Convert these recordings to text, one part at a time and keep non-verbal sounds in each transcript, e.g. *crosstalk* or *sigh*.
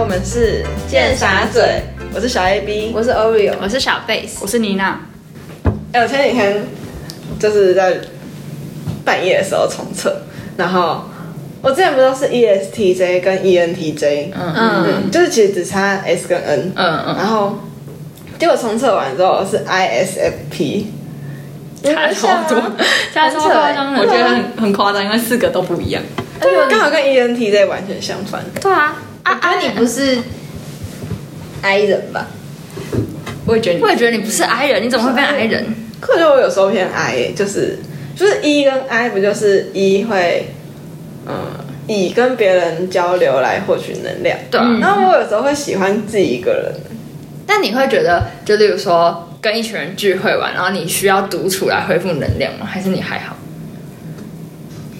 我们是贱傻嘴，我是小 A B，我是 Oreo，我是小贝斯，我是妮娜，哎、我前几天就是在半夜的时候重测，然后我之前不都是 E ESTJ 跟 ENTJ，嗯嗯，就是其实只差 S 跟 N，嗯嗯然后结果重测完之后是 ISFP，差超多，啊差超夸张欸的，我觉得很很夸张，因为四个都不一样。对，刚好跟 E ENTJ 完全相反。对啊，啊啊，你不是 I 人吧？我也觉得我你也觉得你不是 I 人，你怎么会变 I 人？可是我有时候偏 I，欸、就是就是 E 跟 I 不就是一、会，嗯，以跟别人交流来获取能量。对啊，然后我有时候会喜欢自己一个人，但你会觉得，就例如说跟一群人聚会完，然后你需要独处来恢复能量吗？还是你还好？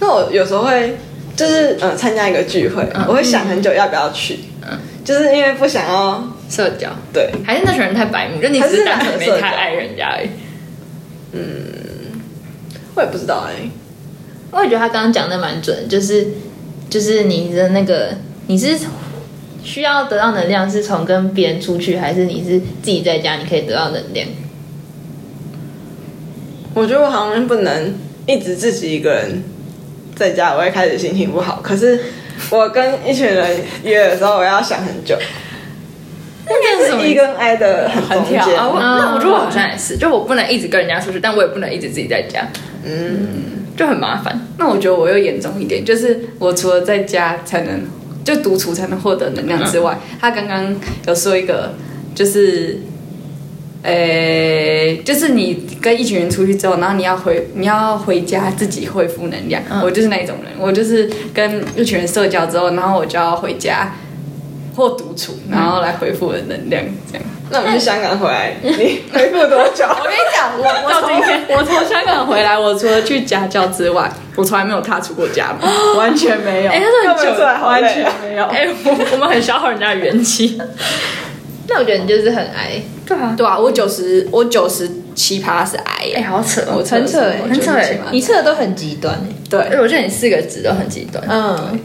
那我有时候会就是嗯参加一个聚会，我会想很久要不要去，嗯就是因为不想要社交对，还是那群人太白目，就你只是单纯没太爱人家而已。我也不知道哎、我也觉得他刚刚讲的蛮准，就是就是你的那个你是需要得到能量是从跟别人出去，还是你是自己在家你可以得到能量？我觉得我好像不能一直自己一个人在家，我会开始心情不好。可是我跟一群人约的时候，我要想很久。那什是么 E 跟 I 的很中间，啊，我嗯那我我觉觉得得我我好好像像也是，就我不能一直跟人家出去，但我也不能一直自己在家，嗯，就很麻烦。那我觉得我又严重一点，就是我除了在家才能就独处才能获得能量之外，他刚刚有说一个就是。呃、就是你跟一群人出去之后，然后你要回，你要回家自己恢复能量。我就是那一种人，我就是跟一群人社交之后，然后我就要回家或独处，然后来恢复我的能量，这样。那我们去香港回来，你恢复多久？ *laughs* 我跟你讲，我我从我从香港回来，我除了去家教之外，我从来没有踏出过家门，完全没有。*laughs* 哎、 *laughs* 但我是很们久出来好完累啊。全没有。哎、我我们很消耗人家的元气。那我觉得你就是很 I，对啊，对啊，我九十，我九十七趴是癌哎、好扯哦，我测很扯的哎时候很扯我哎97趴你测的都很极端欸哎、对，我觉得你四个值都很极端。嗯，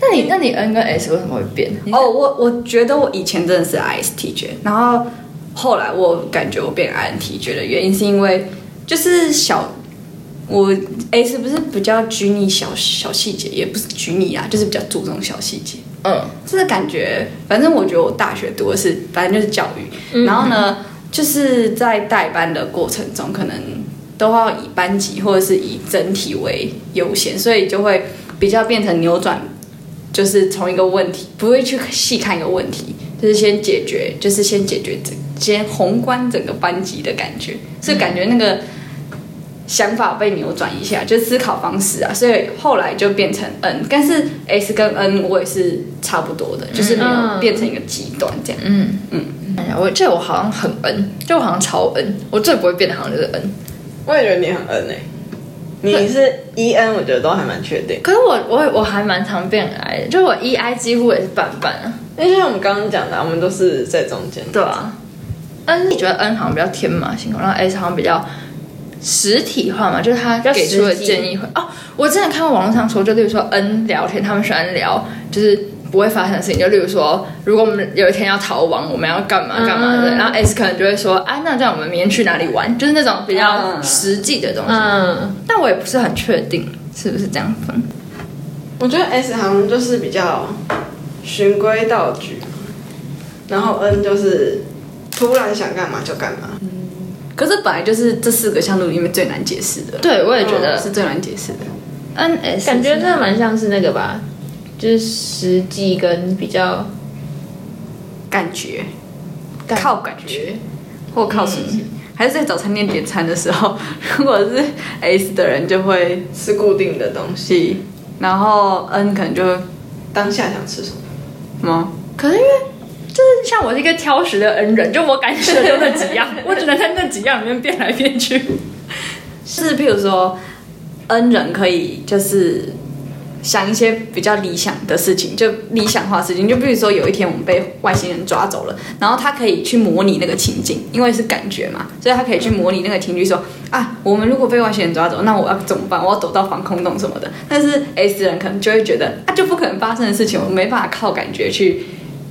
那你那你 N 跟 S 为什么会变？你哦，我我觉得我以前真的是 ISTJ，然后后来我感觉我变 INTJ 的原因是因为就是小我 S 不是比较拘泥小小细节，也不是拘泥啊，就是比较注重小细节。嗯，就是感觉，反正我觉得我大学读的是，反正就是教育。然后呢，就是在带班的过程中，可能都要以班级或者是以整体为优先，所以就会比较变成扭转，就是从一个问题不会去细看一个问题，就是先解决，就是先解决整，先宏观整个班级的感觉，所以感觉那个。想法被扭转一下，就思考方式啊，所以后来就变成 N，但是 S 跟 N 我也是差不多的，就是没有变成一个极端这样。哎呀，我这我好像很 N，就我好像超 N，我最不会变的好像就是 N。我也觉得你很 N 哎、你是 E N，我觉得都还蛮确定。可是我我我还蛮常变 I 的，就我 E I 几乎也是半半啊。因为就像我们刚刚讲的啊，我们都是在中间。对啊，N 你觉得 N 好像比较天马行空，然后 S 好像比较实体化嘛，就是他给出的建议会哦。我之前看过网络上说，就例如说 N 聊天，他们喜欢聊就是不会发生的事情，就例如说，如果我们有一天要逃亡，我们要干嗯嘛干嘛的，然后 S 可能就会说，啊，那这样我们明天去哪里玩，就是那种比较嗯实际的东西。嗯，但我也不是很确定是不是这样分。我觉得 S 好像就是比较循规蹈矩，然后 N 就是突然想干嘛就干嘛。可是本来就是这四个相度里面最难解释的，对，我也觉是得最难解释的。 N S 哦感觉那蛮像是那个吧，就是实际跟比较感觉，感靠感觉，或靠实际。还是在早餐店点餐的时候， *laughs* 如果是 S 的人就会是固定的东西，记，然后 N 可能就会当下想吃什么。什么可是因为就是像我是一个挑食的恩人，就我敢吃的就那几 *laughs* 样，我只能在那几样里面变来变去。是譬如说，N 人可以就是想一些比较理想的事情，就理想化的事情。就比如说有一天我们被外星人抓走了，然后他可以去模拟那个情景，因为是感觉嘛，所以他可以去模拟那个情景，说啊，我们如果被外星人抓走，那我要怎么办？我要躲到防空洞什么的。但是 S 人可能就会觉得啊，就不可能发生的事情，我没办法靠感觉去。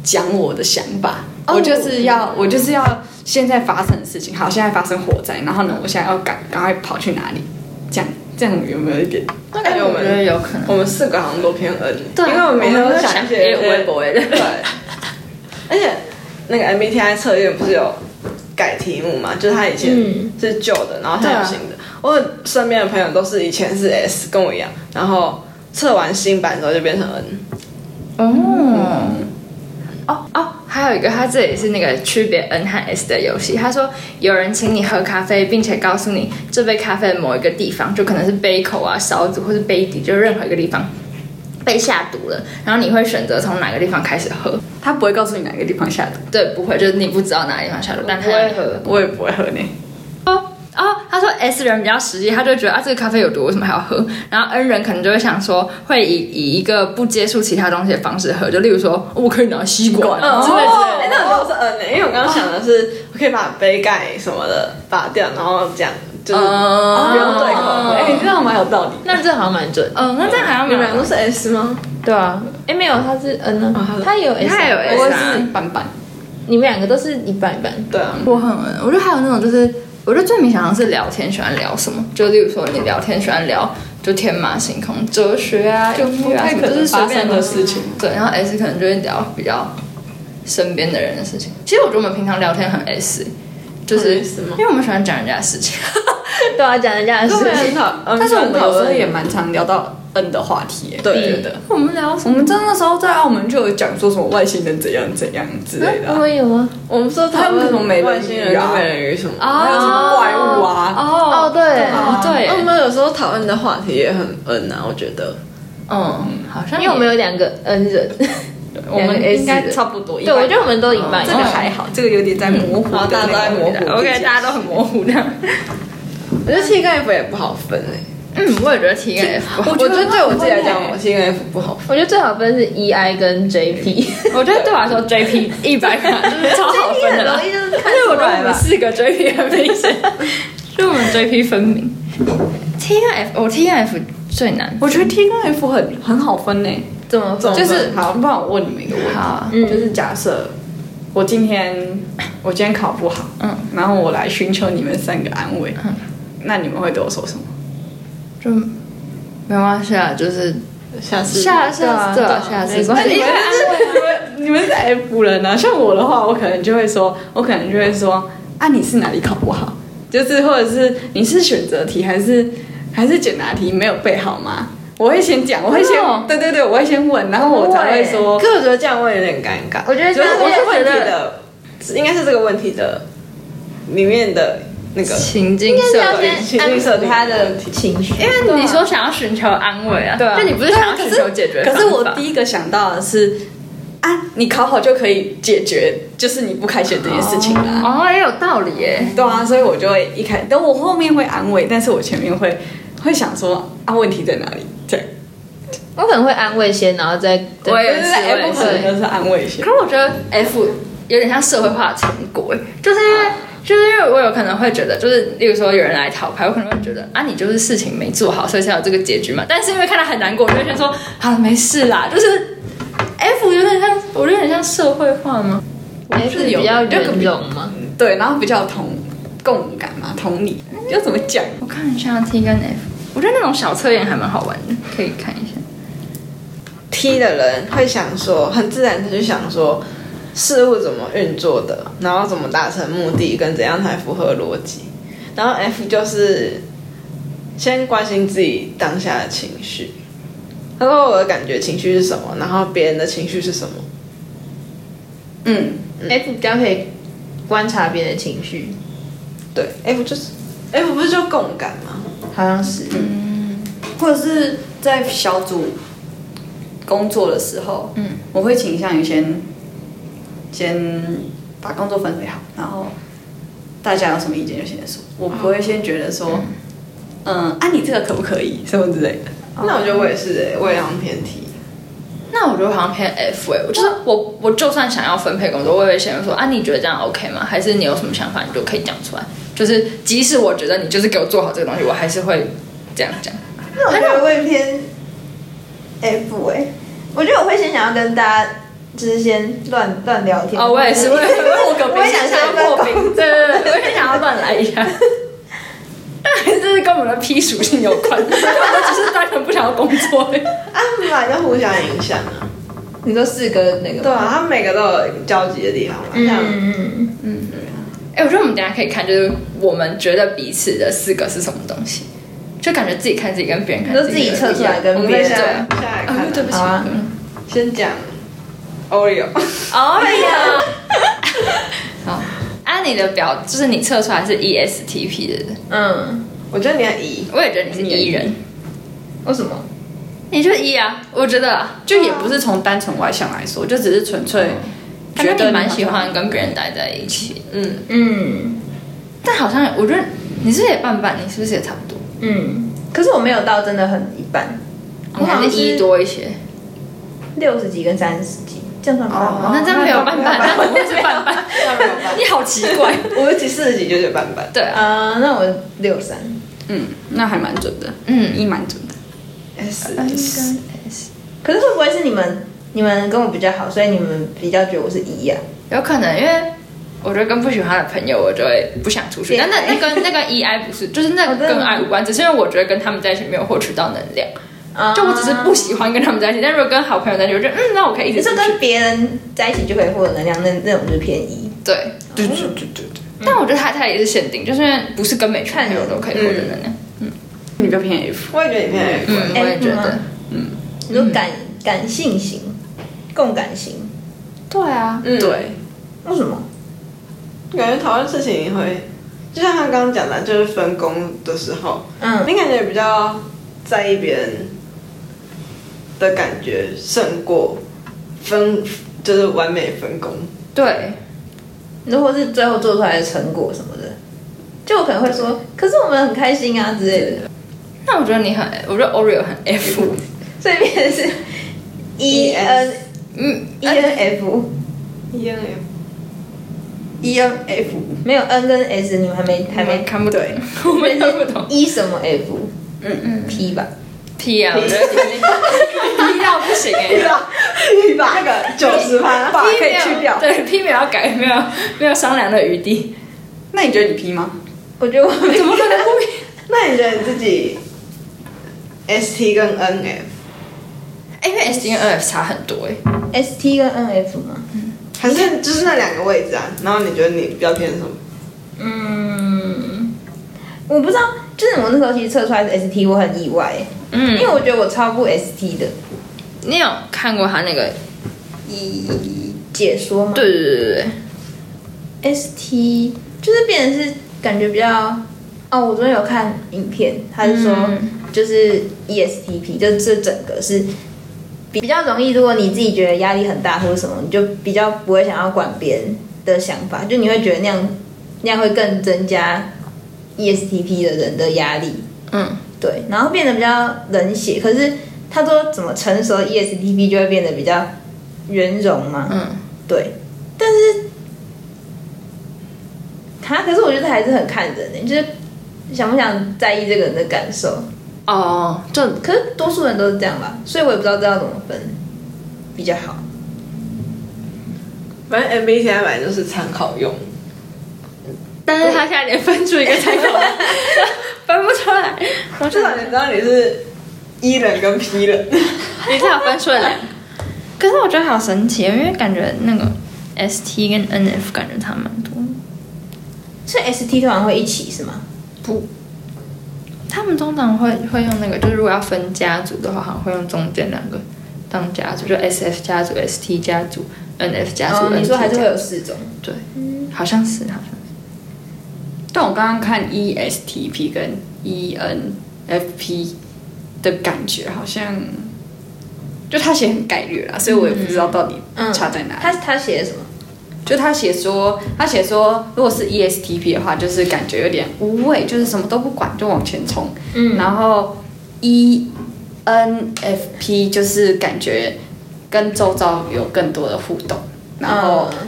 讲我的想法。我就是要，我就是要现在发生的事情。好，现在发生火灾，然后呢，我现在要赶赶快跑去哪里？这样，这样有没有一点？那感觉我我觉得们有可能。我们四个好像都偏 N，对因为我们每天都我想想一些哎微博哎对，而且那个 MBTI 测验不是有改题目嘛？就是他以前嗯是旧的，然后他有新的。我身边的朋友都是以前是 S，跟我一样，然后测完新版之后就变成 N。哦，哦哦，还有一个，他这里是那个区别 N 和 S 的游戏。他说，有人请你喝咖啡，并且告诉你这杯咖啡的某一个地方，就可能是杯口啊、勺子或是杯底，就任何一个地方被下毒了。然后你会选择从哪个地方开始喝？他不会告诉你哪个地方下毒，对，不会，就是你不知道哪个地方下毒，但他不会让你喝。我也不会喝呢。哦哦，他说 S 人比较实际，他就觉得啊这个咖啡有毒，为什么还要喝？然后 N 人可能就会想说，会以以一个不接触其他东西的方式喝，就例如说，哦我可以拿吸管啊哦之类之类的。哎，那我都是 N 的、因为我刚刚想的是，我可以把杯盖什么的拔掉，然后这样就是、哦不用对口。哎、哎、这样蛮有道理。那这好像蛮准的。嗯，那这样还要你们两个买都是 S 吗？对啊，哎没有，他是 N 啊，他有 S，他有 S 我我啊是是一般般，你们两个都是一半一半。对啊，我很，我觉得还有那种就是，我觉得最明显好像是聊天喜欢聊什么，就例如说你聊天喜欢聊就天马行空、哲学啊、音乐啊什么，就是随发便生的的事情。对，然后 S 可能就会聊比较身边的人的事情。其实我觉得我们平常聊天很 S，就是很 S 吗因为我们喜欢讲人家的事情。 *laughs* 对啊，讲人家的事对情。但是我们有时候也蛮蛮常聊到 N 的话题、欸。对的。我们聊什我么？们真的那时候在澳门就有讲说什么外星人怎样怎样之类的、啊啊，我有啊。我们说他讨们论怎么没人外星人鱼啊跟美人鱼什么的？还有什么怪物啊，哦哦，对，哦对那我，们有时候讨论的话题也很嗯啊，我觉得。嗯，好像因为我们有有两个 N 人。我们两个 S 应该差不多一嗯对，半。我觉得我们都一哦半一这个半。还好，这个有点在模糊嗯好的大家都在模糊那个啊 OK，大家都很模糊这样。我觉得 T 跟 F 也不好分哎、嗯，我也觉得 T 跟 F，我觉得对我自己来讲，我 T 跟 F 不好分。我觉得最好分是 E I 跟 J P，我觉得对我来说 JP 一百就是超好分的啦。易就是但是我觉得我们四个 JP 很明显，就我们 JP 分明。T 跟 F，我 T 跟 F 最难。我觉得 T 跟 F 很很好分呢、怎么分就是好，不然我问你们一个问题，好啊就是假设我今天我今天考不好，嗯，然后我来寻求你们三个安慰，嗯，那你们会对我说什么？就没关系啊，就是下次哎下下对啊，下次关系。你们是你们你们是 F 人啊，像我的话，我可能就会说，我可能就会说，啊，你是哪里考不好？就是或者是你是选择题还是还是简答题没有背好吗？我会先讲，我会先、真的哦对对对，我会先问，然后我才会说，可我觉得这样我有点尴尬。我觉得就这是样我是我问也觉题得的，是应该是这个问题的里面的那个情境设应该定，是情境设定他的情绪，啊因为你说想要寻求安慰啊，对啊就你不是想要可寻是求解决可是我方法第一个想到的是，啊，你考好就可以解决，就是你不开心这件事情啦。哦，也有道理耶。对啊，所以我就会一开，等我后面会安慰，但是我前面会会想说啊，问题在哪里？这样，我可能会安慰先，然后再我也就是是我也 F 可能就是安慰型可。是我觉得 F 有点像社会化的成果，欸就是因啊为。就是因为我有可能会觉得，就是例如说有人来讨牌，我可能会觉得啊，你就是事情没做好，所以才有这个结局嘛。但是因为看他很难过，我就会先说好了，没事啦。就是 F 有点像，我觉得有点像社会化吗？是有比较就可圆比融嘛。对，然后比较有同共感嘛，同理，要怎么讲？我看一下 T 跟 F，我觉得那种小测验还蛮好玩的，可以看一下。 T 的人会想说，很自然的去想说事物怎么运作的，然后怎么达成目的，跟怎样才符合逻辑。然后 F 就是先关心自己当下的情绪。他说我的感觉情绪是什么，然后别人的情绪是什么。嗯， F 比较可以观察别人的情绪，对，F 就是 F 不是就共感吗？好像是嗯或者是在小组工作的时候，嗯，我会倾向于先先把工作分配好，然后大家有什么意见就先说，我不会先觉得哦说，嗯，啊，你这个可不可以什么之类的。哦那我觉得我也是、欸，我也好像偏 T。那我觉得好像偏 F 哎、我就是我，我就算想要分配工作，我也会先说啊，你觉得这样 OK 吗？还是你有什么想法，你就可以讲出来。就是即使我觉得你就是给我做好这个东西，我还是会这样讲。那我觉得我也偏 F 哎、我觉得我会先想要跟大家就是先乱乱聊天。哦，我也是，我也是， *laughs* 我有我也想想说要破冰，对对对，我也想要乱来一下。 *laughs* 但这是跟我们的批属性有关， *laughs* 我只是单纯不想要工作而已。啊，本来就互相影响啊。你说四个那个对吗，啊，他们每个都有交集的地方嘛，像嗯嗯嗯，哎、我觉得我们等一下可以看，就是我们觉得彼此的四个是什么东西，就感觉自己看自己跟别人看你说自自己测测出来跟我别们人下对来下来看啊啊，，对不起，好啊先讲 Oreo，哦呀，好，按、你的表，就是你测出来是 E ESTP 的人，嗯，我觉得你很 E，我也觉得你是 E 人，为什么？你就 E 啊，我觉得啊，就也不是从单纯外向来说，就只是纯哦粹感觉觉得你蛮好喜像欢跟别人待在一起，嗯，嗯但好像我觉得你是不是也半半，你是不是也差不多？嗯，可是我没有到真的很一般，你还是 E 多一些，六十几跟三十几，这样算高哦，吗？那真没有半半，那我不是半半， *laughs* 你好奇怪，我有几四十几就觉得半半，对啊，啊，那我六三，嗯，那还蛮准的，嗯一蛮准的。 S 跟 S。可是会不会是你们你们跟我比较好，所以你们比较觉得我是一呀？有可能，因为我觉得跟不喜欢的朋友，我就会不想出去。恋但爱那那跟那跟 E I 不是，就是那个哦真的跟吗 I 无关，只是因为我觉得跟他们在一起没有获取到能量，啊就我只是不喜欢跟他们在一起。但如果跟好朋友在一起，我觉得嗯，那我可以一你直说出去。跟别人在一起就可以获得能量，那那种就是偏一。对，对对对对对，但我觉得他他也是限定，就是因为不是跟每群朋友都可以获得能量。你比较偏 F，我也觉得你偏 F，嗯，我也觉得 F 吗。你说感感性型，共感型，对啊，嗯，对，为什么？感觉讨论事情会，就像他刚刚讲的，就是分工的时候，嗯你感觉比较在意别人的感觉，胜过分就是完美分工。对，如果是最后做出来的成果什么的，就我可能会说，可是我们很开心啊之类的，那我觉得你很，我觉得 Oreo 很 F，所以变成 *laughs* 是 E N 嗯， E N F， E N F， E N F，没有 N 跟 S，你们还没还还没没看不懂对， *laughs* 我们看不懂 E 什么 F 嗯嗯 P 吧？ P 啊，我觉得 P 到不行哎。对吧？那个九十趴，把可以没有去掉。对，P 没有要改，没有没有商量的余地。那你觉得你 P 吗？我觉得我怎么可能不那你觉得你自己 S T 跟 N F 哎，因为 S 跟 N F 差很多哎。 S T 跟 N F 吗？还是就是那两个位置啊？然后你觉得你比较偏什么？嗯，我不知道，就是我那时候其实测出来是 S T，我很意外，因嗯，为我觉得我超不 S T 的你有看过他那个？解说吗？对对对对对。 S T 就是变成是感觉比较哦，我昨天有看影片，他是说嗯就是 E S T P，就是这整个是比比较容易，如果你自己觉得压力很大或者什么，你就比较不会想要管别人的想法，就你会觉得那样那样会更增加 E S T P 的人的压力，嗯，对，然后变得比较冷血。可是他说怎么成熟 E S T P 就会变得比较圆融嘛，嗯，对，但是，他可是我觉得还是很看人的、欸就是想不想在意这个人的感受。哦，就可是多数人都是这样吧，所以我也不知道这要怎么分比较好。反正 MBTI 本来就是参考用，但是他现在连分出一个 *laughs* 参考都分不出来，我至少你知道你是 E 人跟 P 人。你才有分出来。可是我觉得好神奇，因为感觉那个 S T 跟 N F 感觉差蛮多。所以 S T 通常会一起是吗？不，他们通常会会用那个，就是如果要分家族的话，好像会用中间两个当家族，就 S F 家族、S T 家族、N F 家族。哦，你 NT 说还是会家有四种，族对，好像是，好像是。但我刚刚看 E S T P 跟 E N F P 的感觉好像，就他写很概率啦，所以我也不知道到底嗯，差在哪里。他他写的什么？就他写说，他写说，如果是 E ESTP 的话，就是感觉有点无畏，就是什么都不管，就往前冲。嗯然后 E ENFP 就是感觉跟周遭有更多的互动，然后嗯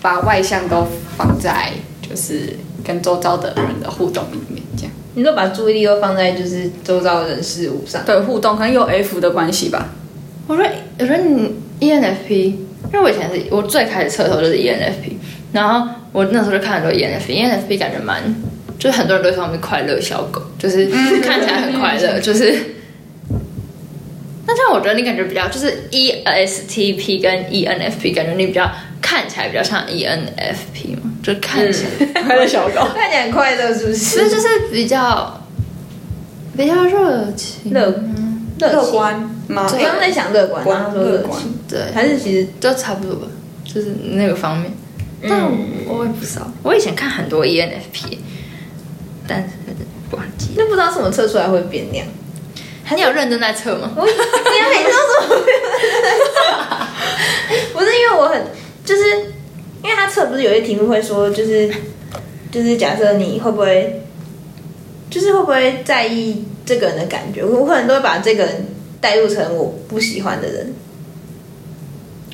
把外向都放在就是跟周遭的人的互动里面，这样。你说把注意力都放在就是周遭的人事物上， *laughs* 对，互动可能有 F 的关系吧。我说，我说你 E N F P 因为我以前是我最开始测头就是 ENFP，然后我那时候就看很多 ENFP，ENFP 感觉蛮，就是很多人都说他们是快乐小狗，就是看起来很快乐，就是。那这样我觉得你感觉比较就是 ESTP 跟 ENFP，感觉你比较看起来比较像 ENFP 嘛，就看起来。快乐小狗，看起来很快乐是不其实是？就是比较比较热情，乐 *laughs* 乐乐情，观吗？我刚刚在想乐观，然后说乐情，对，还是其实就差不多吧，就是那个方面。但我也不知道，我以前看很多 E ENFP，但是忘记了。就不知道什么测出来会变那样。你有认真在测吗？我你要每次都说 *laughs* 不是因为我很，就是因为他测不是有些题目会说，就是就是假设你会不会，就是会不会在意这个人的感觉，我可能都会把这个人带入成我不喜欢的人，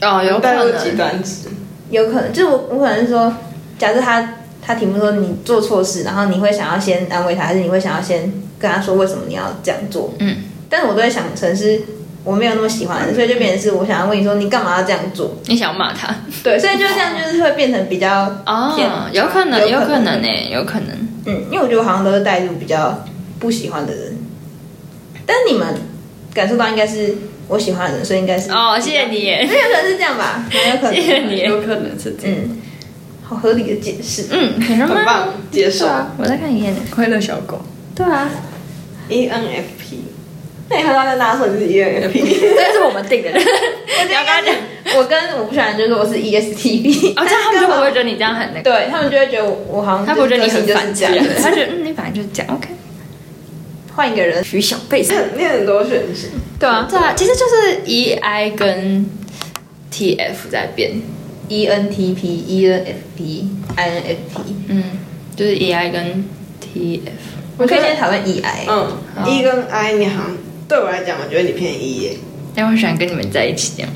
哦，有可带入极能。端值，有可能就是我我可能说，假设他他题目说你做错事，然后你会想要先安慰他，还是你会想要先跟他说为什么你要这样做？嗯，但是我都会想成是我没有那么喜欢的人，所以就变成是我想要问你说你干嘛要这样做？你想骂他？对，所以就这样，就是会变成比较，哦，有可能，有可能呢，有可能。嗯，因为我觉得我好像都是带入比较不喜欢的人，但是你们感受到应该是我喜欢的人，所以应该是，哦，谢谢你耶。 *laughs* 没有可能是这样吧，没有可能，谢谢你有可能是这样。嗯，好合理的解释，嗯，很棒很棒，接受对啊，我在看 ENFP。快乐小狗，对啊，E ENFP。那你看到在大家说你是 ENFP，嗯这是我们 *laughs* 定的。你要跟他讲。我跟我不喜欢的就是我是 *laughs* E ESTP，哦，这样他们就不会觉得你这样很那个，对他们就会觉得我我好像他不会觉得你就很是反这价样，，他觉得嗯，你反正就是这样，OK。换一个人，徐小贝你很你很多选择，对啊，对啊，其实就是 E I 跟 T F 在变，E ENTP、ENFP、INFP，嗯，就是 E I 跟 T F。我们可以先讨论 EI，嗯，E 跟 I 你好像对我来讲，我觉得你偏 E 耶，但我想跟你们在一 *laughs* 起这样。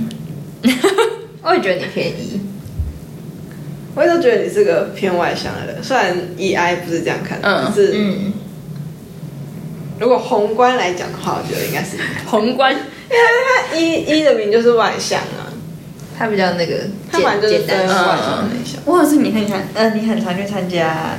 我也觉得你偏 E，我一直觉得你是个偏外向的人，虽然 E I 不是这样看，嗯嗯，是嗯，如果宏观来讲的话，我觉得应该是 *laughs* E 宏观，那 E E 的名就是外向啊，他比较那个他反正就是简简分单外。向内向。或者是你很喜欢，嗯，你很常去参加，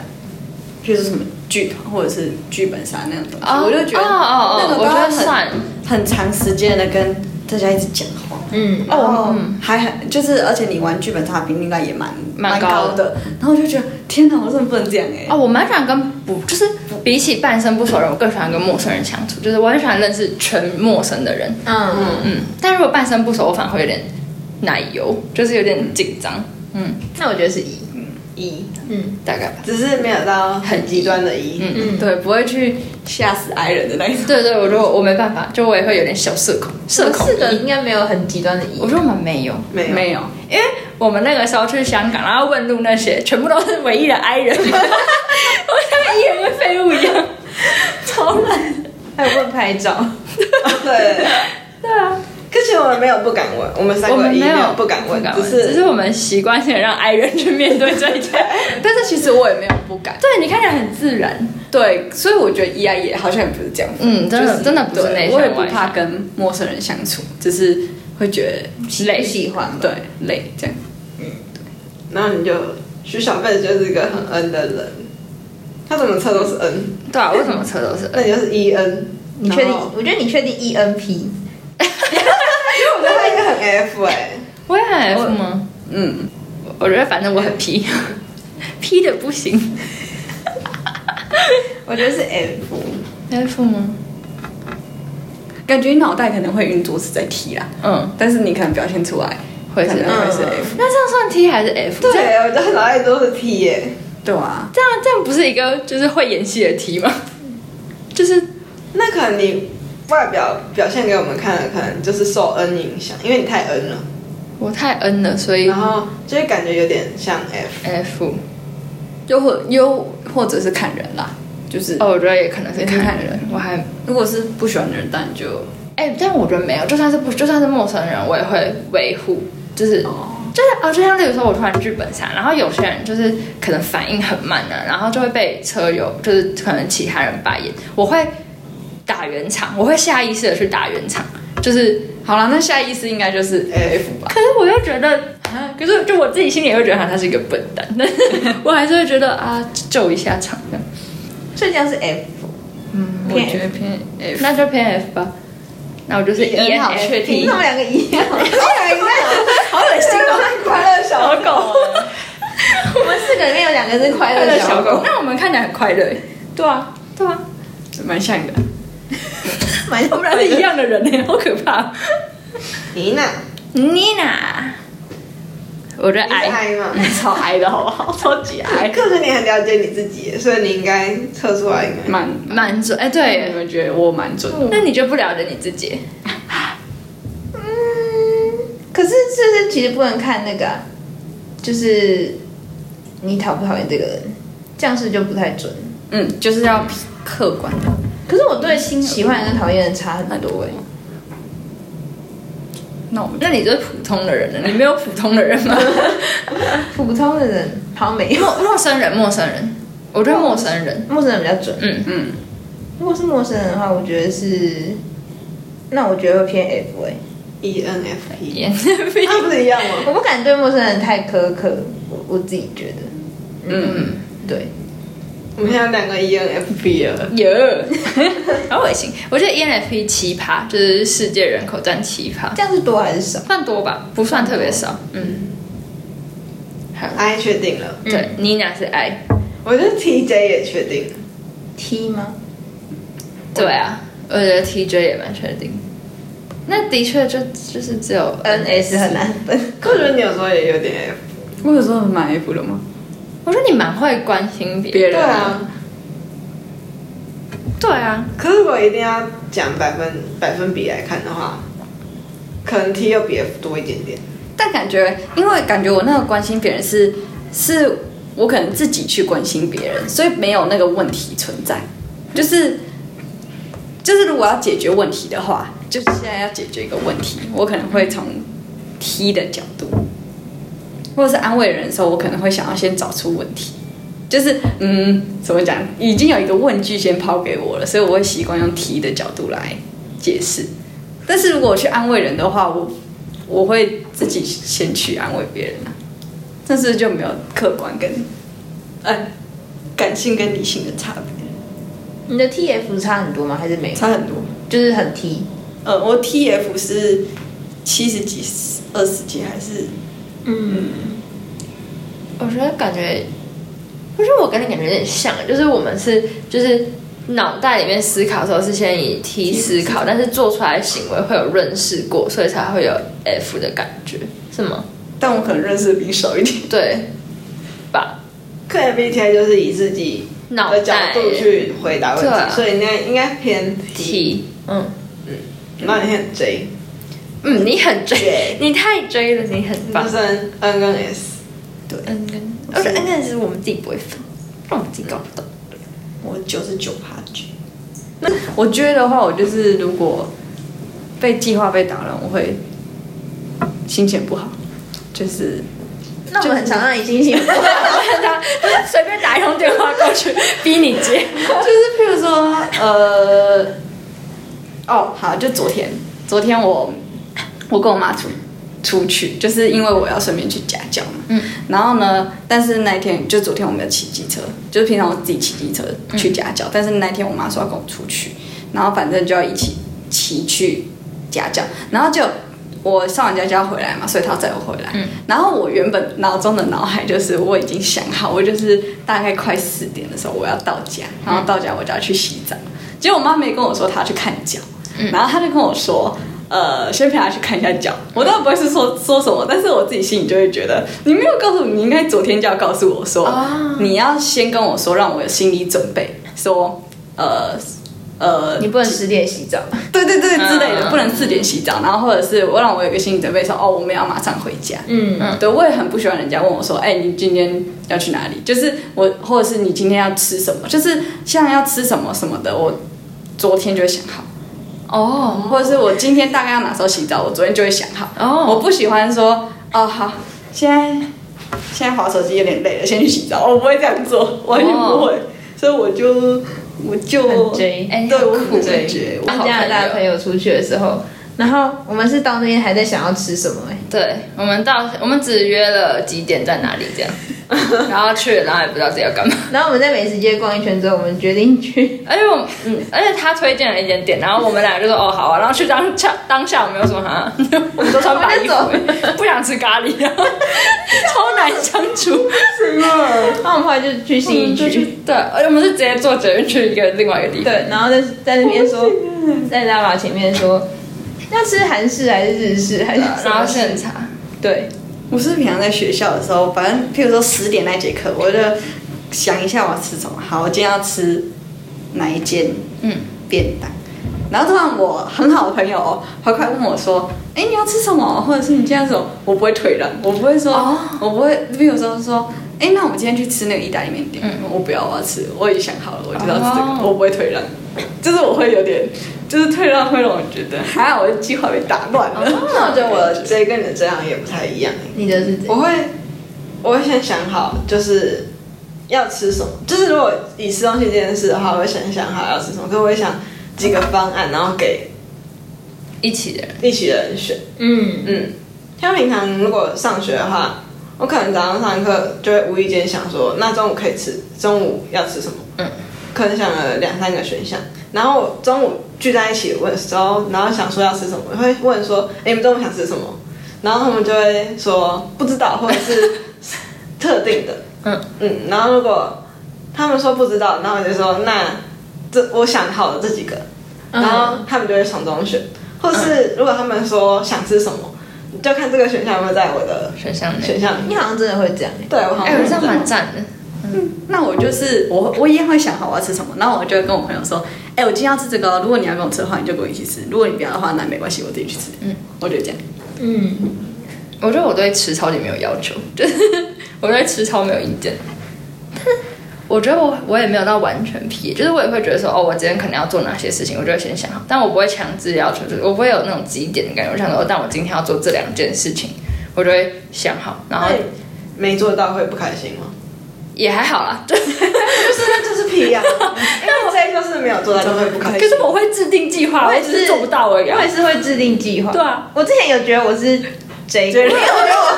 就是什么剧团或者是剧本杀那种东西，哦我就觉得哦哦哦那个都我觉得要算很很长时间的跟大家一直讲话。嗯，哦，还很就是，而且你玩剧本杀比率也蛮蛮蛮高的高的，然后我就觉得天哪，我真的不能这样哎、哦，我蛮喜欢跟不就是比起半生不熟的人，我更喜欢跟陌生人相处，就是我很喜欢认识全陌生的人。嗯，嗯，但如果半生不熟，我反而会有点奶油，就是有点紧张。嗯，那我觉得是 E， E 大概吧。只是没有到很极端的 E，嗯嗯，对，不会去吓死爱人的那一种。对对，我觉得我没办法，就我也会有点小社恐，社恐是的，一。应该没有很极端的 E，我说我们没有，没有没有，因为我们那个时候去香港，然后问路那些，全部都是唯一的 I 人，我像 E 人跟废物一样，超烂。还有问拍照，对，对啊，可是我们没有不敢问，我们三我个们 E 没没有有不敢问，只只是是我们习惯性的让 I 人去面对这一切。但是其实我也没有不敢。对你看起来很自然，对，所以我觉得 E I 也好像也不是这样。 *laughs* 嗯真的就是真的不是对内向我也不外向怕跟陌生人相处，只是会觉不累喜欢得吧，对累这样。然后你就徐小贝就是一个很 N 的人，他怎么测都是 N，对啊，为什么车都是？那你就是 E N，你确定？我觉得你确定 E ENP，我觉得他应该很 F 哎、 *laughs* 我也很 F 吗？嗯，我觉得反正我很 *laughs* P，P 的不行。我觉得是 F， F 吗？感觉你脑袋可能会运作是在 T 啦，嗯，但是你可能表现出来会是可能 F 会是嗯 F，、那这样算 T 还是 F？对这样，我觉得脑袋都是 T 耶、嗯对啊，这样这样不是一个就是会演戏的 T 吗？就是那可能你外表表现给我们看的，可能就是受 N 影响，因为你太 N 了，我太 N 了，所以然后就会感觉有点像 F。 F。又或又或者是看人啦，就是、哦，我觉得也可能是也是看看人人，我还如果是不喜欢的人，当然就哎、但我觉得没有，就算是不就算是陌生人，我也会维护，就是。就是哦，就像例如说，我突然剧本杀，然后有些人就是可能反应很慢呢、然后就会被车友，就是可能其他人白眼，我会打圆场，我会下意识的去打圆场，就是好了，那下意识应该就是 F 吧。可是我又觉得，啊，可是就我自己心里也会觉得啊他是一个笨蛋， *laughs* 但是我还是会觉得啊，救一下场这样。所以这样是 F，嗯我觉哎得偏 F，那就偏 F 吧。那我就是 E 很 N 好 F 确凭 P 什。么两个一样？他们两个一样，好恶心哦！快乐小小狗，我们四个里面有两个是快快乐乐小小狗狗。，那我们看起来很快乐欸。对啊，对啊，蛮像的。蛮要不然是一样的人欸呢，好可怕。妮娜， Nina，我觉得你是矮， I 吗？超矮的好不好？超级矮，可是你很了解你自己，所以你应该测出来应该。蛮，蛮准。哎，你对，们觉得我蛮准的？那你就不了解你自己？可是就是其实不能看那个啊、就是你讨不讨厌这个人，这样是就不太准。嗯，就是要客观可是我对新喜欢人跟讨厌人差很很多多哎、位。那我们那你就是普通的人了，啊你没有普通的人 *laughs* 吗？普通的人好像没有，陌陌生人，陌生人，我觉得陌生 *laughs* 人，陌生人比较准。嗯嗯，如果是陌生人的话，我觉得是，那我觉得会偏 F 哎、E ENFP，眼那不是一样吗？我不敢对陌生人太苛刻，我我自己觉得，嗯，对，我们现在有两个 E ENFP 了，有，好恶心。我觉得 E ENFP 奇葩，就是世界人口占奇葩，这样是多还是少？算多吧，不算特别少。嗯， ，I 确定了，对，Nina 是 I，我觉得 TJ 也确定了。 T 吗？对啊，我觉得 TJ 也蛮确定。那的确就就是只有 NS 很难分，可我觉得你有时候也有点 F，我有时候蛮 F 的吗？我觉得你蛮会关心别人。别人，对啊，啊可是如果一定要讲百分百分比来看的话，可能 T 又比 F 多一点点。但感觉，因为感觉我那个关心别人是，是我可能自己去关心别人，所以没有那个问题存在。就是，就是如果要解决问题的话，就是现在要解决一个问题，我可能会从 T 的角度，或者是安慰人的时候，我可能会想要先找出问题。就是嗯，怎么讲，已经有一个问句先抛给我了，所以我会习惯用 T 的角度来解释。但是如果我去安慰人的话，我我会自己先去安慰别人啊，但是就没有客观跟，呃，感性跟理性的差别，你的 TF 差很多吗？还是没有？差很多。就是很 T，呃，我 T F 是七十几、二十几还是？我觉得感觉，我觉得我跟你感觉有点像，就是我们是就是脑袋里面思考的时候是先以 T 思考，但是做出来的行为会有认识过，所以才会有 F 的感觉，是吗？但我可能认识的比你少一点。对，吧？可 MBTI 就是以自己脑的角袋度去回答问对啊题，所以应该应该偏 T， T，嗯那你很 J，嗯，你很 J，你太 J 了，你很棒就。是 N 跟 S， N 跟，而且 N 跟哦是我们自己不会分，让我们自己搞不懂。我九十九趴 G。那我 J 的话，我就是如果被计划被打乱，我会心情不好，就是那我很常让你星星。 *laughs* 随便打一通电话过去，逼你接。就是譬如说，呃，哦，好，就昨天，昨天我我跟我妈出出去，就是因为我要顺便去家教嘛。嗯。然后呢，但是那一天就昨天我没有骑机车，就是平常我自己骑机车嗯去家教，但是那一天我妈说要跟我出去，然后反正就要一起骑去家教，然后就。我上完家教回来嘛，所以她要载我回来。然后我原本脑中的脑海就是我已经想好，我就是大概快四点的时候我要到家，然后到家我就要去洗澡。结果我妈没跟我说她要去看脚，然后她就跟我说。呃，先陪她去看一下脚。我当然不会是说说什么，但是我自己心里就会觉得，你没有告诉我，你应该昨天就要告诉我说，你要先跟我说，让我有心理准备，说，呃，呃，你不能十点洗澡，对对对之类嗯的，不能四点洗澡，然后或者是我让我有一个心理准备说，哦，我们要马上回家。嗯，对，我也很不喜欢人家问我说，哎、你今天要去哪里？就是我，或者是你今天要吃什么？就是像要吃什么什么的，我昨天就会想好，哦或者是我今天大概要哪时候洗澡，我昨天就会想好。哦，我不喜欢说，哦，好，现在现在划手机有点累了，先去洗哦澡。我不会这样做，完全不会，所以我就我就很 J 哎对我很酷很 J，我好跟加拿大朋友出去的时候，然后我们是到那边还在想要吃什么哎、对，我们到我们只约了几点在哪里这 *laughs* 样，然后去了，然后也不知道自己要干嘛。然后我们在美食街逛一圈之后，我们决定去 *laughs* 而且我嗯，而且他推荐了一间店，然后我们俩就说哦好啊，然后去当下当下我们有什么哈，我们都穿白衣服， *laughs* 不想吃咖喱，啊 *laughs* 然后超难相处。那我们后来就去信义就去区，嗯对，哎而且我们是直接坐捷运去一个另外一个地方。对，然后在在那边说，在拉瓦前面说要吃韩式还是日式还是什然后么现式，场，对，我是平常在学校的时候，反正譬如说十点那节课，我就想一下我要吃什么。好，我今天要吃哪一间嗯便当？然后突然我很好的朋友哦，他快问我说：“哎，你要吃什么？或者是你今天要吃什么？”我不会退让，我不会说，哦我不会。比如说说，哎，那我们今天去吃那个意大利面店，嗯我不要，我要吃，我已经想好了，我就要吃这个，哦我不会退让，就是我会有点，就是退让会让我觉得，哈，我的计划被打乱了。哦 *laughs* 那我觉得我的 J 跟你的 J 好像也不太一样欸你的是怎我样？会，我会先想好就是要吃什么，就是如果以吃东西这件事的话，我会先想好要吃什么，可我会想几个方案，然后给一起的人，一起人选。嗯，嗯，像平常如果上学的话，我可能早上上课就会无意间想说，那中午可以吃，中午要吃什么？嗯，可能想了两三个选项，然后我中午聚在一起问的时候，然后想说要吃什么，我会问说，哎、你们中午想吃什么？然后他们就会说不知道，或者是特定的，嗯嗯，然后如果他们说不知道，然后我就说那这我想好了这几个，嗯然后他们就会从中选，或是如果他们说想吃什么，你就看这个选项有没有在我的选项内。选项里你面。好像真的会这样欸对，我好哎、像我是这样这样蛮赞的，那我就是我，我一样会想好我要吃什么，然后我就会跟我朋友说，哎、我今天要吃这个哦，如果你要跟我吃的话，你就跟我一起吃；如果你不要的话，那没关系，我自己去吃。嗯，我就这样。嗯，我觉得我对吃超级没有要求， *laughs* 就是我对吃超没有意见。 *laughs* 我觉得我我也没有到完全疲，就是我也会觉得说，哦，我今天可能要做哪些事情，我就会先想好，但我不会强制要求，就是我不会有那种极点的感觉。我想说，哦，但我今天要做这两件事情，我就会想好，然后那你没做到会不开心吗？也还好啦。对，就是那就是皮呀、 *laughs* 因为这就是没有做到就会不开可心。是我会制定计划，我也只是是做不到而已啊。我也是会制定计划。对啊，我之前有觉得我是 J，我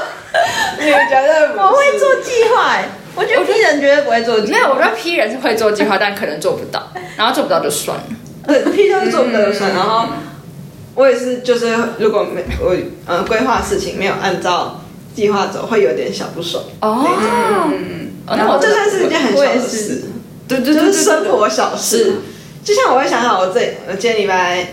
你觉得我会做计划欸，我觉得 P 人绝对不会做计没有，我划。觉得 P 人是会做计划，但可能做不到，然后做不到就算了。对，批就是做不得就嗯算。然后我也是，就是如果没我呃规划事情没有按照计划走，会有点小不爽。哦，哦那然我后真就的算是一件很我小也的是事，对对就是生活小事。就像我会想好我这我今天礼拜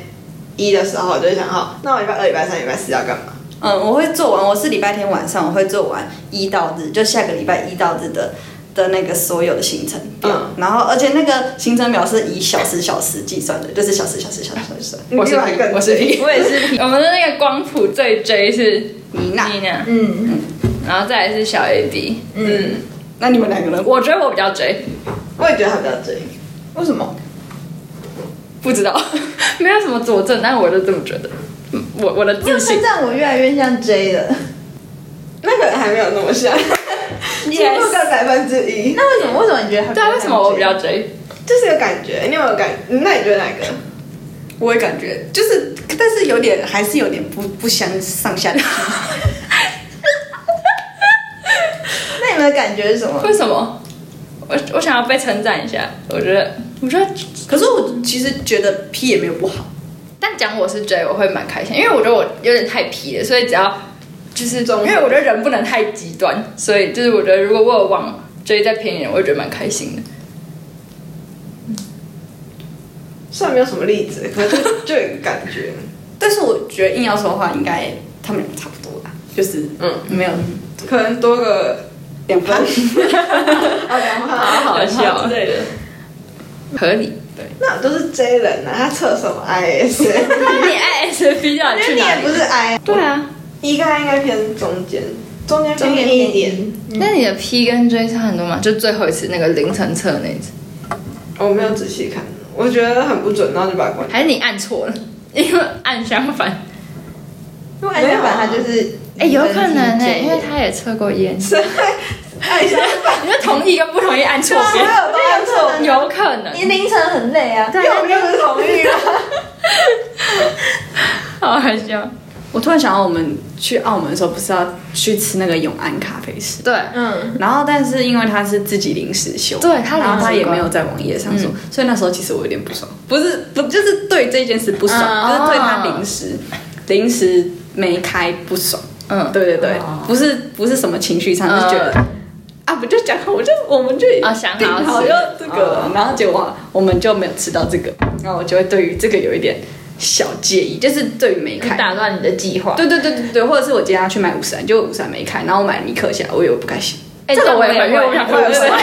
一的时候，我就会想好，那我礼拜二、礼拜三、礼拜四要干嘛？嗯，我会做完，我是礼拜天晚上我会做完一到日，就下个礼拜一到日的的那个所有的行程表。嗯然后而且那个行程表是以小时小时计算的，就是小时小时小时小时算。我是另外一个 P，我是 P，我也 *laughs* 是 P，我们的那个光谱最 J 是你那，妮娜，嗯然后再来是小 A B。嗯，那你们两个人，我觉得我比较 J，我也觉得他比较追。为什么？不知道，没有什么佐证，但我就这么觉得。嗯我我的因自为信称赞我越来越像 J 了。那可能还没有那么像，进步个百分之一，那为什么？为什么你觉得他？对啊，为什么我比较？J？就是有感觉。你有没有感？那你觉得哪个？我也感觉就是，但是有点还是有点不不相上下的。那你们的感觉是什么？为什么？我我想要被称赞一下，我觉得我觉得，可是我其实觉得 P 也没有不好。但讲我是 J，我会蛮开心，因为我觉得我有点太皮了，所以只要就是，中因和为我觉得人不能太极端，所以就是我觉得如果我有往 J 再偏一点，我会觉得蛮开心的。虽然没有什么例子，可是就就有感觉。但是我觉得硬要说的话，应该他们两个差不多吧，就是嗯，没有可能多个两 *laughs* 分。哦两趴，好好笑 *laughs* 之类的。合理。那我都是 J 人啊，他测什么 IS？你 ISFP 叫你因为去你哪也里不？是 I，对啊，一跟 I 应该偏中间，中间中间偏一点。那你的 P 跟 J 差很多吗？就最后一次那个凌晨测那一次，我没有仔细看，我觉得很不准，然后就把它关掉。还是你按错了？因为按相反，因为相反，他就是哎、有可能呢、哎，因为他也测过烟， *laughs* 你按一下，就同意跟不同意按错我边，有都按 *laughs* 错，有啊可能。你凌晨很累啊。又又是同意了。好好笑。我突然想到，我们去澳门的时候，不是要去吃那个永安咖啡师？对，嗯，然后，但是因为他是自己临时休，对他临时嗯然后他也关没有在网页上说，所以那时候其实我有点不爽，不是不就是对这件事不爽，嗯就是对他哦临时临时没开不爽。嗯，对对对，不是不是什么情绪上，就是觉得、啊，不就讲好，我就我们就啊想好哦定吃好要这个了，然后结果我们就没有吃到这个，然后我就会对于这个有一点小介意，就是对于没就开。打乱你的计划。对对对对对，或者是我今天要去买五十兰，结果五十兰没开，然后我买了米克夏，我以为我不 *laughs* 开心。哎，这个我也会，因为我不想喝五十兰，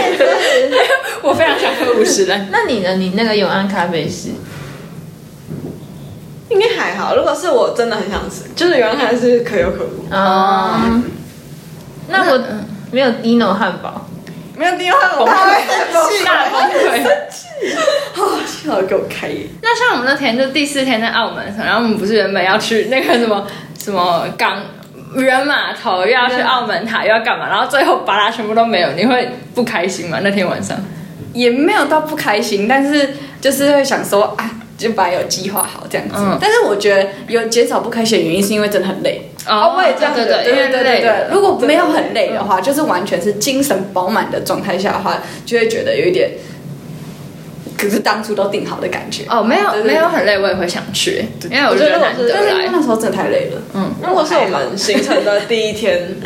*laughs* 我非常想喝五十兰，那你呢？你那个永安咖啡师，应该还好。如果是我真的很想吃，就是原来是可有可无，哦、那我没有 Dino 汉堡，没有第二汉堡，他会生气大崩溃。幸好给我开眼。那像我们那天就第四天在澳门的时候，然后我们不是原本要去那个什么什么港人码头，又要去澳门塔，又要干嘛，然后最后把它全部都没有，你会不开心吗？那天晚上？也没有到不开心，但是就是会想说啊，就把有计划好这样子。嗯但是我觉得有减少不开心的原因，是因为真的很累。 *laughs* 哦我也这样对觉对得对，因为对累对对了，如果没有很累的话，就是完全是精神饱满的状态下的话，就会觉得有一点，可是当初都定好的感觉。哦，没有对对对没有很累，我也会想去，因为我我觉觉得得难得我是但来是。那时候真的太累了，如果是我们行程的第一天，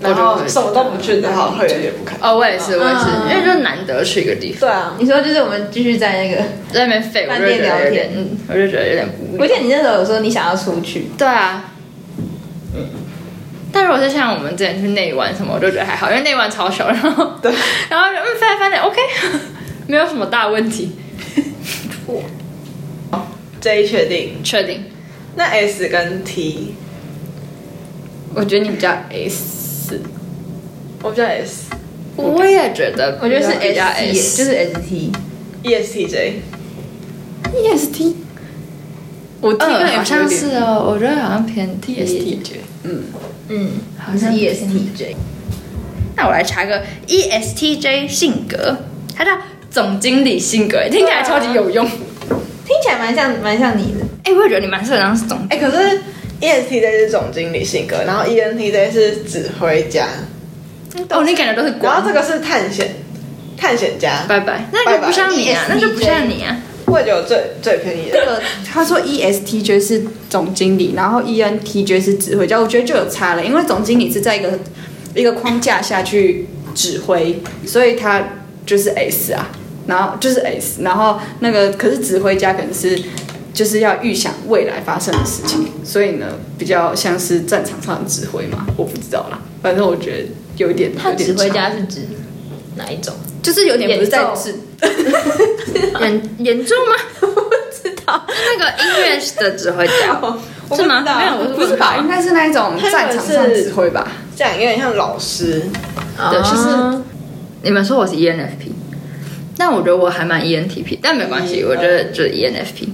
然后什么都不去，然后会有点不开心。哦，我也是，我也是，嗯因为就是难得去一个地方，对啊，你说就是我们继续在那个，在那边废，我饭就觉店得有聊点天，嗯，我就觉得有点无我聊。记得你那时候有说你想要出去，对啊，但如果是像我们之前去内湾什么，我就觉得还好，因为内湾超小，然后对， *laughs* 然后就嗯翻来翻来 OK，没有什么大问题， J 确定。确定。那 S 跟 T，我觉得你比较 S，我比较 S。我也觉得，我觉得是比较 S，, S，就是 ST，E ESTJ， EST，我 T 跟呃，好 F 有像点是哦，我觉得好像偏 EST 觉得，嗯，嗯，好你是像 ESTJ，那我来查个 E ESTJ 性格，它叫总经理性格，听起来超级有用。听起来蛮像蛮像你的，哎、我也觉得你蛮适合当总经理哎、可是 ESTJ 是总经理性格，然后 E ENTJ 是指挥家，哦，你感觉都是然光后这个是探险探险家，拜拜，那就不像你啊，那拜拜就不像你啊。我也觉得我最最便宜这的。个他说 E ESTJ 是总经理，然后 E ENTJ 是指挥家，我觉得就有差了，因为总经理是在一个一个框架下去指挥，所以他就是 S 啊，然后就是 S，然后那个可是指挥家可能是就是要预想未来发生的事情，所以呢比较像是战场上的指挥嘛，我不知道啦，反正我觉得有一点他有点指挥差家是指哪一种？就是有点不是在演奏指严严重吗？我不知道，那个音乐的指挥家我不是吗？知道没有，我不是吧？应该是那一种他以为战场上是指挥吧。这样有点像老师，对就是啊哦你们说我是 E ENFP，但我觉得我还蛮 E ENTP，但没关系，嗯我觉得就是 E ENFP。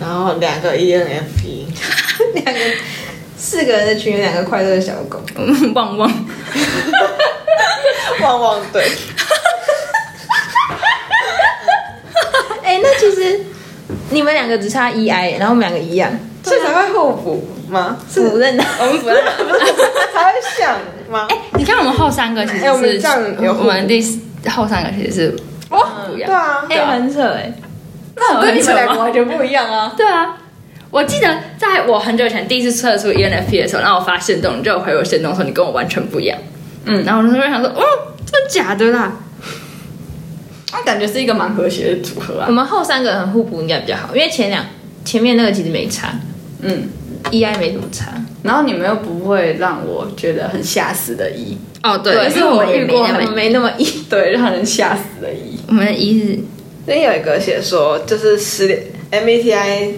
然后两个 E ENFP，两个四个人的群有两个快乐的小狗，旺旺，旺旺对，哎、那其实你们两个只差 E I，然后我们两个一样，所以才会互补吗？ *laughs* 是不 *laughs* 认得。我们不要。才会像吗？哎你看我们后三个其实是，哎我们这样有互补我们第四后三个其实是不一对样。啊，哎、很扯哎、哦啊那我跟你们两很扯个吗完全不一样啊！对啊，我记得在我很久以前第一次测出 ENFP 的时候，，E 然后我发现动，你就有回我现动说你跟我完全不一样。嗯，然后我就会想说，哦，真的假的啦？那感觉是一个蛮和谐的组合我啊。们后三个很互补，应该比较好，因为前两前面那个其实没差嗯， ，E I 没怎么差。然后你们又不会让我觉得很吓死的一，哦，对，可因是为我我们也遇没过那么很，没那么 E，对，让人吓死的一。我们的一是最近有一个写说，就是失恋 MBTI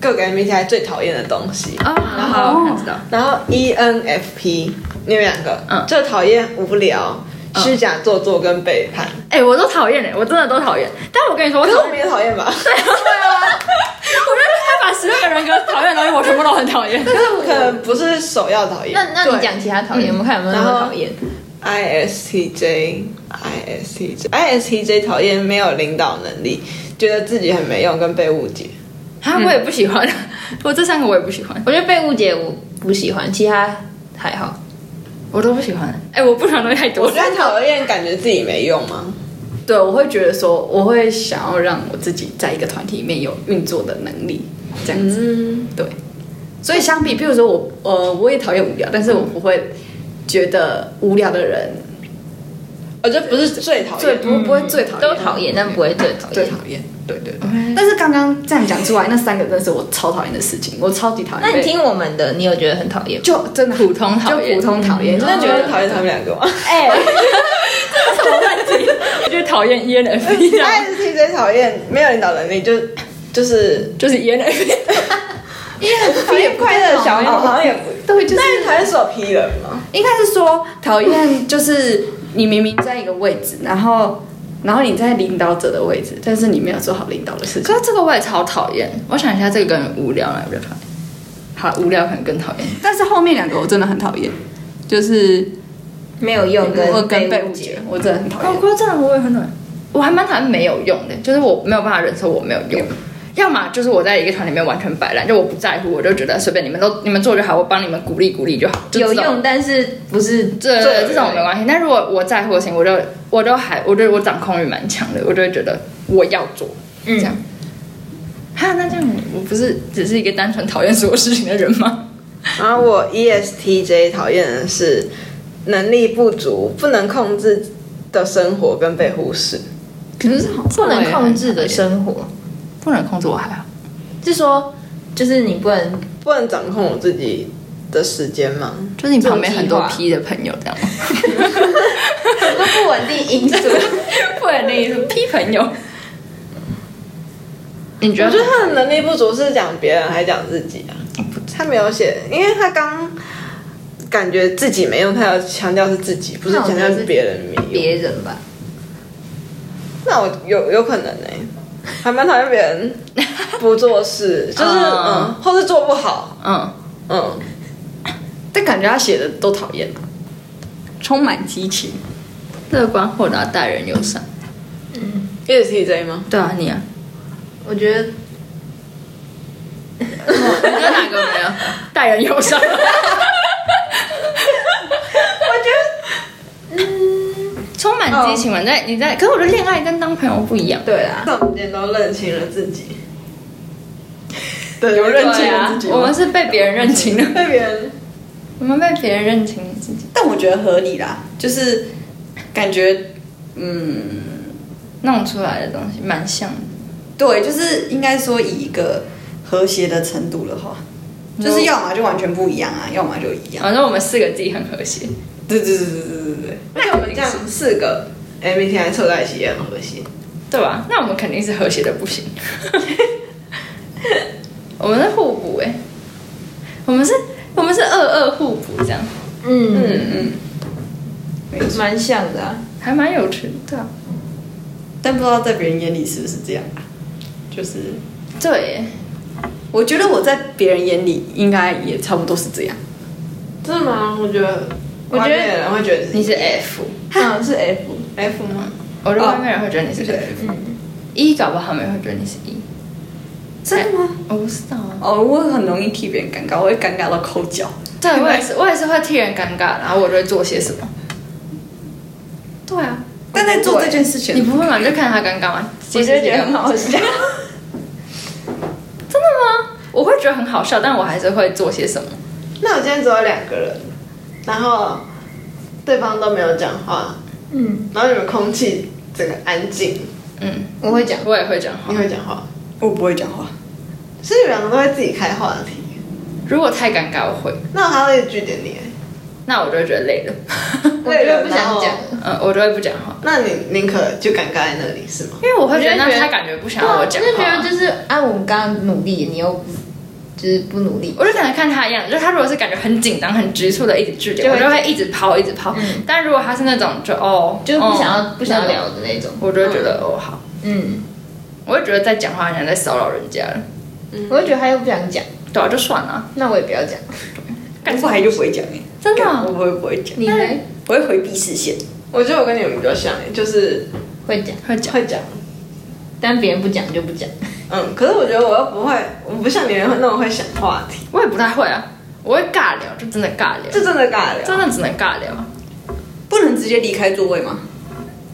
各个 MBTI 最讨厌的东西，哦，然后知道。然后 E ENFP 你们两个，嗯最讨厌无聊、虚假做作跟背叛，哎、我都讨厌哎，我真的都讨厌。但我跟你说，我可讨是我们厌也讨厌吧？我觉得他把十六个人格讨厌的东西，我全部都很讨 *laughs* 厌。但是我可能不是首要讨厌那那你讲其他讨厌，我嗯们看有没有那么讨厌。 ，ISTJ。ISTJ，ISTJ 讨厌没有领导能力，觉得自己很没用跟被误解。啊，我也不喜欢， *laughs* 我这三个我也不喜欢，我觉得被误解我不喜欢，其他还好。我都不喜欢。哎、我不喜欢东西太多我了。 *laughs* 在讨厌感觉自己没用吗？对，我会觉得说，我会想要让我自己在一个团体里面有运作的能力，这样子。对。所以相比，譬如说我，呃，我也讨厌无聊，但是我不会觉得无聊的人我觉得不是最讨最厌，嗯不不会最讨厌，都讨厌，但不会最讨最厌讨。厌。对对对。但是刚刚这样讲出来，那三个真的是我超讨厌的事情，我超级讨厌那被。你听我们的，你有觉得很讨厌吗？就真的普通讨就厌普通讨厌，嗯你真真的的觉觉得得讨厌他们两个吗？哎、我就讨厌 ENFP，这啊样 ISTJ 讨厌没有领导能力，就就是就是 ENFP。讨厌快乐的小猫，好像也不。对，就是那你讨厌所有 P 人吗？应该是说讨厌，就是你明明在一个位置，然后然后你在领导者的位置，但是你没有做好领导的事情。可是这个我也超讨厌。我想一下，这个跟无聊来比较讨厌。好，无聊可能更讨厌。但是后面两个我真的很讨厌，就是没有用我跟跟被被误误解解。，我真的很讨厌。过这样我也很讨厌。我还蛮讨厌没有用的，就是我没有办法忍受我没有用。要么就是我在一个团里面完全摆烂，就我不在乎，我就觉得随便你们都你们做就好，我帮你们鼓励鼓励就好。就有这种用，但是不是这最有这种用没关系。但如果我在乎的事情，我就我就还我对我掌控欲蛮强的，我就会觉得我要做，这样。嗯哈，那这样我不是只是一个单纯讨厌所有事情的人吗？然后我 E ESTJ 讨厌的是能力不足、不能控制的生活跟被忽视。可是好不能控制的生活，啊不能控制我还好，是说就是你不能不能掌控我自己的时间吗？就是你旁边很多这种计划 P 的朋友这样吗？不稳定因素，不然那个 P 朋友，你觉我觉得得他的能力不足是讲别人还讲自己啊？他没有写，因为他刚感觉自己没用，他要强调是自己，不是强调是别人没用。别人吧？那我有有可能呢、还蛮讨厌别人不做事，就是嗯嗯，或是做不好，嗯，嗯，但感觉他写的都讨厌啊充满激情。乐观豁达待人友善。也是 TJ 吗？对啊，你啊， *laughs* 我觉得你觉得哪个没有？待人友善，嗯充满激情嘛。你哦在你在，可是我觉得恋爱跟当朋友不一样。对啦，但我们今天都认清了自己，对，有认清对了啊自己，我们是被别人认清的，被别人我们被别人认清了自己。但我觉得合理啦，就是感觉嗯。弄出来的东西蛮像的，对，就是应该说以一个和谐的程度的话，就是要么就完全不一样啊，要么就一样。反正我们四个自己很和谐。对对对对对对对。那我们这样四个 MBTI 凑在一起也很和谐。对吧？那我们肯定是和谐的不行。 *laughs* 我们是互补哎、我们是，我们是二二互补这样，嗯，嗯嗯蛮像的、啊。 *laughs* 还蛮有趣的。对啊，但不知道在别人眼里是不是这样啊？就是对欸，我觉得我在别人眼里应该也差不多是这样。嗯，真的吗？我觉得，我觉外得面的人会觉得你是 F，嗯，是 F， F 吗？我觉得哦外面人会觉得你是 F，一、搞不好他们也会觉得你是 E。真的吗？我不知道啊，哦，我很容易替别人尴尬，我会尴尬到抠脚。对我也是，我也是会替人尴尬，然后我就会做些什么。对啊，但在做这件事你情，不会嘛？你就看他尴尬吗？我其就实觉得很好笑。 *laughs* 真的吗？我会觉得很好笑，但我还是会做些什么。那我今天只有两个人，然后对方都没有讲话，嗯，然后你们空气整个安静，嗯，我会讲，我也会讲话你。会讲话，我不会讲话。所以你们两个都会自己开话题。如果太尴尬，我会，那我还会据点你，欸那我就会觉得累 *laughs* 了，我就会不想讲。嗯，我就会不讲话，那你宁可就尴尬在那里是吗？因为我会觉得我就那觉得他感觉不想要我讲就觉得话。就是啊，我们刚刚努力，你又不就是不努力，我就可能看他一样子，就是他如果是感觉很紧张、很局促的，一直拒绝，就我会嗯就会一直抛、一直抛。但如果他是那种就哦，就是不想要、哦不想要，那聊种的那种。我就会觉得哦好，嗯，我会觉得在讲话好像在骚扰人家了，我会觉得他又不想讲，对啊，就算了，那我也不要讲。我本来就不会讲哎，真的啊我不会不会讲，你呢？我会回避视线。我觉得我欸跟你们比较像，就是会讲，会讲。会讲，但别人不讲就不讲。嗯，可是我觉得我又不会，我不像你们会那么会想话题，我也不太会啊，我会尬聊，就真的尬聊，这真的尬聊。真的只能尬聊。不能直接离开座位吗？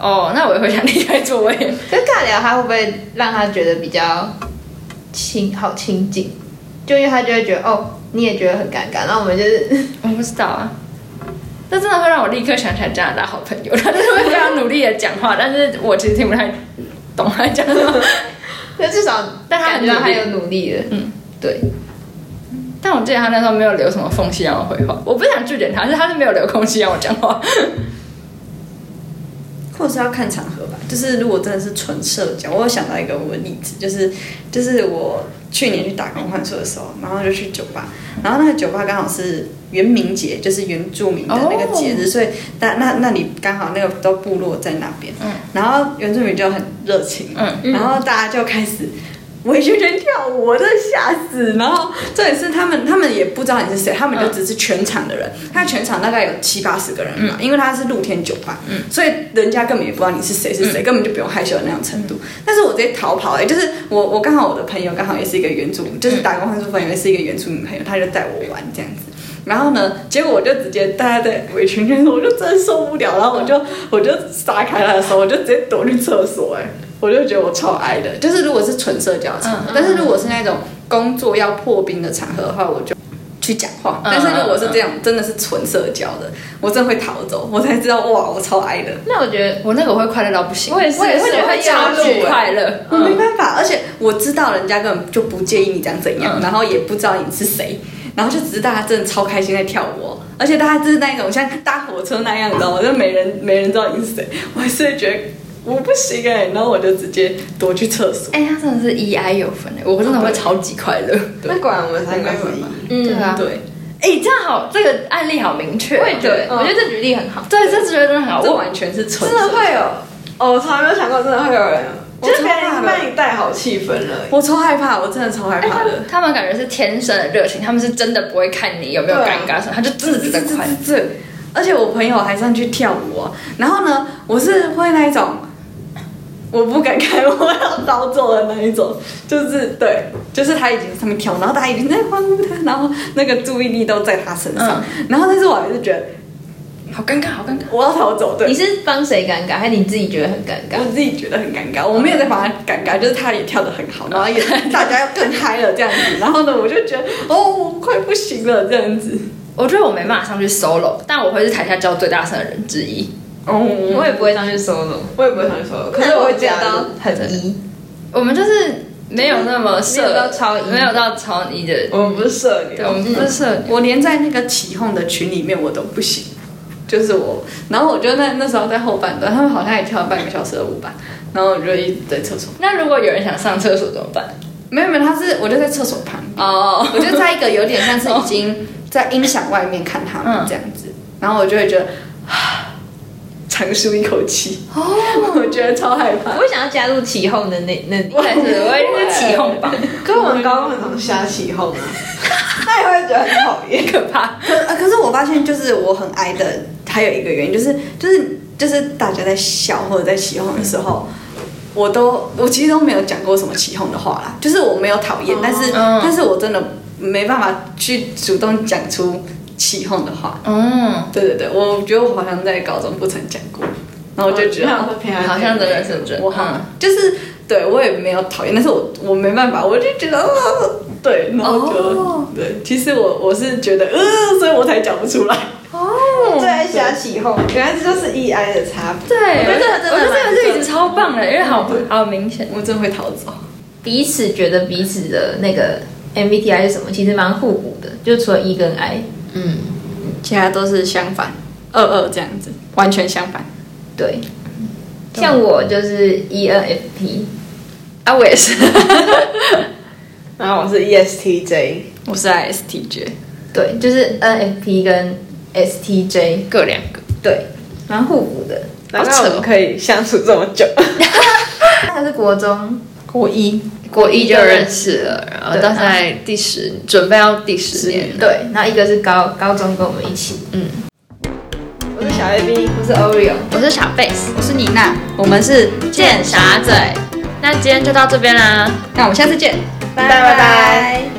哦，那我也会想离开座位。可是尬聊他会不会让他觉得比较亲，好亲近？就因为他就会觉得哦，你也觉得很尴尬，那我们就是 *laughs* 我不知道啊，那真的会让我立刻想起来加拿大好朋友，他就是会非常努力的讲话，但是我其实听不太懂他讲什么。就至少但他感很觉到他努力有努力了。嗯，对，但我记得他那时候没有留什么缝隙让我回话，我不想拒绝他，是他是没有留空隙让我讲话。或者是要看场合吧。就是如果真的是纯社交，我有想到一个我的例子，就是就是我去年去打工换宿的时候，然后就去酒吧，然后那个酒吧刚好是原民节，就是原住民的那个节哦日，所以那那那里刚好那个都部落在那边，嗯然后原住民就很热情，嗯然后大家就开始。围圈圈跳舞，啊我真的吓死！然后这也是他们，他们也不知道你是谁，他们就嗯只是全场的人。他全场大概有七八十个人嘛，嗯因为他是露天酒吧，所以人家根本也不知道你是谁是谁，根本就不用害羞的那种程度。但是我直接逃跑、欸，就是我我刚好我的朋友刚好也是一个原住民，就是打工换宿朋友也是一个原住民朋友，他就带我玩这样子。然后呢，结果我就直接大家在围圈圈，我就真的受不了，然后我就我就撒开他的手，我就直接躲去厕所、哎，我就觉得我超矮的。就是如果是纯社交的场嗯合，但是如果是那种工作要破冰的场合的话，我就。去讲话，嗯但是如果是这样，真的是纯社交的，我真的会逃走，我才知道哇，我超矮的，那我觉得我那个我会快乐到不行，我也是我也我会也觉得会会欸超焦虑级快乐。我没办法，而且我知道人家根本就不介意你长怎嗯样，然后也不知道你是谁，然后就只是大家真的超开心在跳舞、哦，而且大家就是那一种像搭火车那样，你知道吗？就没人没人知道你是谁，我还是会觉得我不行哎、然后我就直接躲去厕所。哎、他真的是 E I 有分的，我真的会超级快乐。那果然我们三个是一，嗯，对啊对，哎、这样好，这个案例好明确哦。我也觉得，嗯我觉得这举例很好。对，这觉得真的很好。这我完全是纯真粹的会有，哦我从来没有想过真的会有人，我就是别超怕人的帮你带好气氛了。我超害怕，我真的超害怕的。他们感觉是天生的热情，他们是真的不会看你有没有对尴啊尬什么，他就真的只在快乐。这，而且我朋友还上去跳舞、哦，然后呢，我是会那一种，我不敢看，我要逃走的那一种，就是对，就是他已经在上面跳舞，然后大家已经在欢呼他，然后那个注意力都在他身上，然后但是我还是觉得好尴尬，好尴尬。我要逃走，对你。是帮谁尴尬，还是你自己觉得很尴尬？我自己觉得很尴尬，我没有在帮他尴尬，就是他也跳得很好，然后也大家要更嗨了这样子，然后呢，我就觉得哦，我快不行了这样子。我觉得我没办法上去 solo，但我会是台下叫最大声的人之一。哦，嗯我也不会上去 solo，我也不会想说，可是我会觉加到入。很一，我们就是没有那么没有社到超一没有到超一的，嗯我们不是社牛对，，我们不是社牛。我连在那个起哄的群里面我都不行，就是我，然后我就那那时候在后半段，他们好像也跳了半个小时的舞吧，然后我就一直在厕所，那如果有人想上厕所怎么办？没有没有，他是我就在厕所旁边，哦， *laughs* 我就在一个有点像是已经在音响外面看他们这样子，嗯然后我就会觉得，啊长舒一口气，哦， *laughs* 我觉得超害怕我，会想要加入起哄的那那我也是，我也是起哄 *laughs* 榜，可是我们高中很常瞎起哄啊， *laughs* 那也会觉得很讨厌。可怕。可呃可是我发现，就是我很挨的，还有一个原因就是，就是就是大家在笑或者在起哄的时候，我都我其实都没有讲过什么起哄的话啦，就是我没有讨厌，但是、嗯但是我真的没办法去主动讲出起哄的话。嗯，对对对，我觉得我好像在高中不曾讲过，然后我就觉得、那会偏爱好像真的是真的。我好、哦嗯就是对我也没有讨厌，但是我我没办法，我就觉得、呃、对，然后就、哦对，其实我我是觉得呃，所以我才讲不出来。最爱瞎起哄，原来这就是 E I 的差别。对，我觉这个真得的我觉得这蛮个例子超棒的，因为好好明显。我真会逃走。彼此觉得彼此的那个 MBTI 是什么，其实蛮互补的，就除了 E 跟 I。其他都是相反，二二这样子，完全相反。对，嗯像我就是 ENFP，啊，我也是。然后我是 E S T J，我是 ISTJ，对，就是 NFP 跟 STJ，各两个，对，蛮互补的。难怪好我扯哦们可以相处这么久。那个是国中，国一国一就认识了，然后对到现在第十，准备要第十年了。对，然后一个是高高中跟我们一起，嗯我是小 A B，我是 Oreo。我是小贝斯，我是妮娜，我们是贱傻嘴。那今天就到这边啦。那我们下次见，拜拜拜。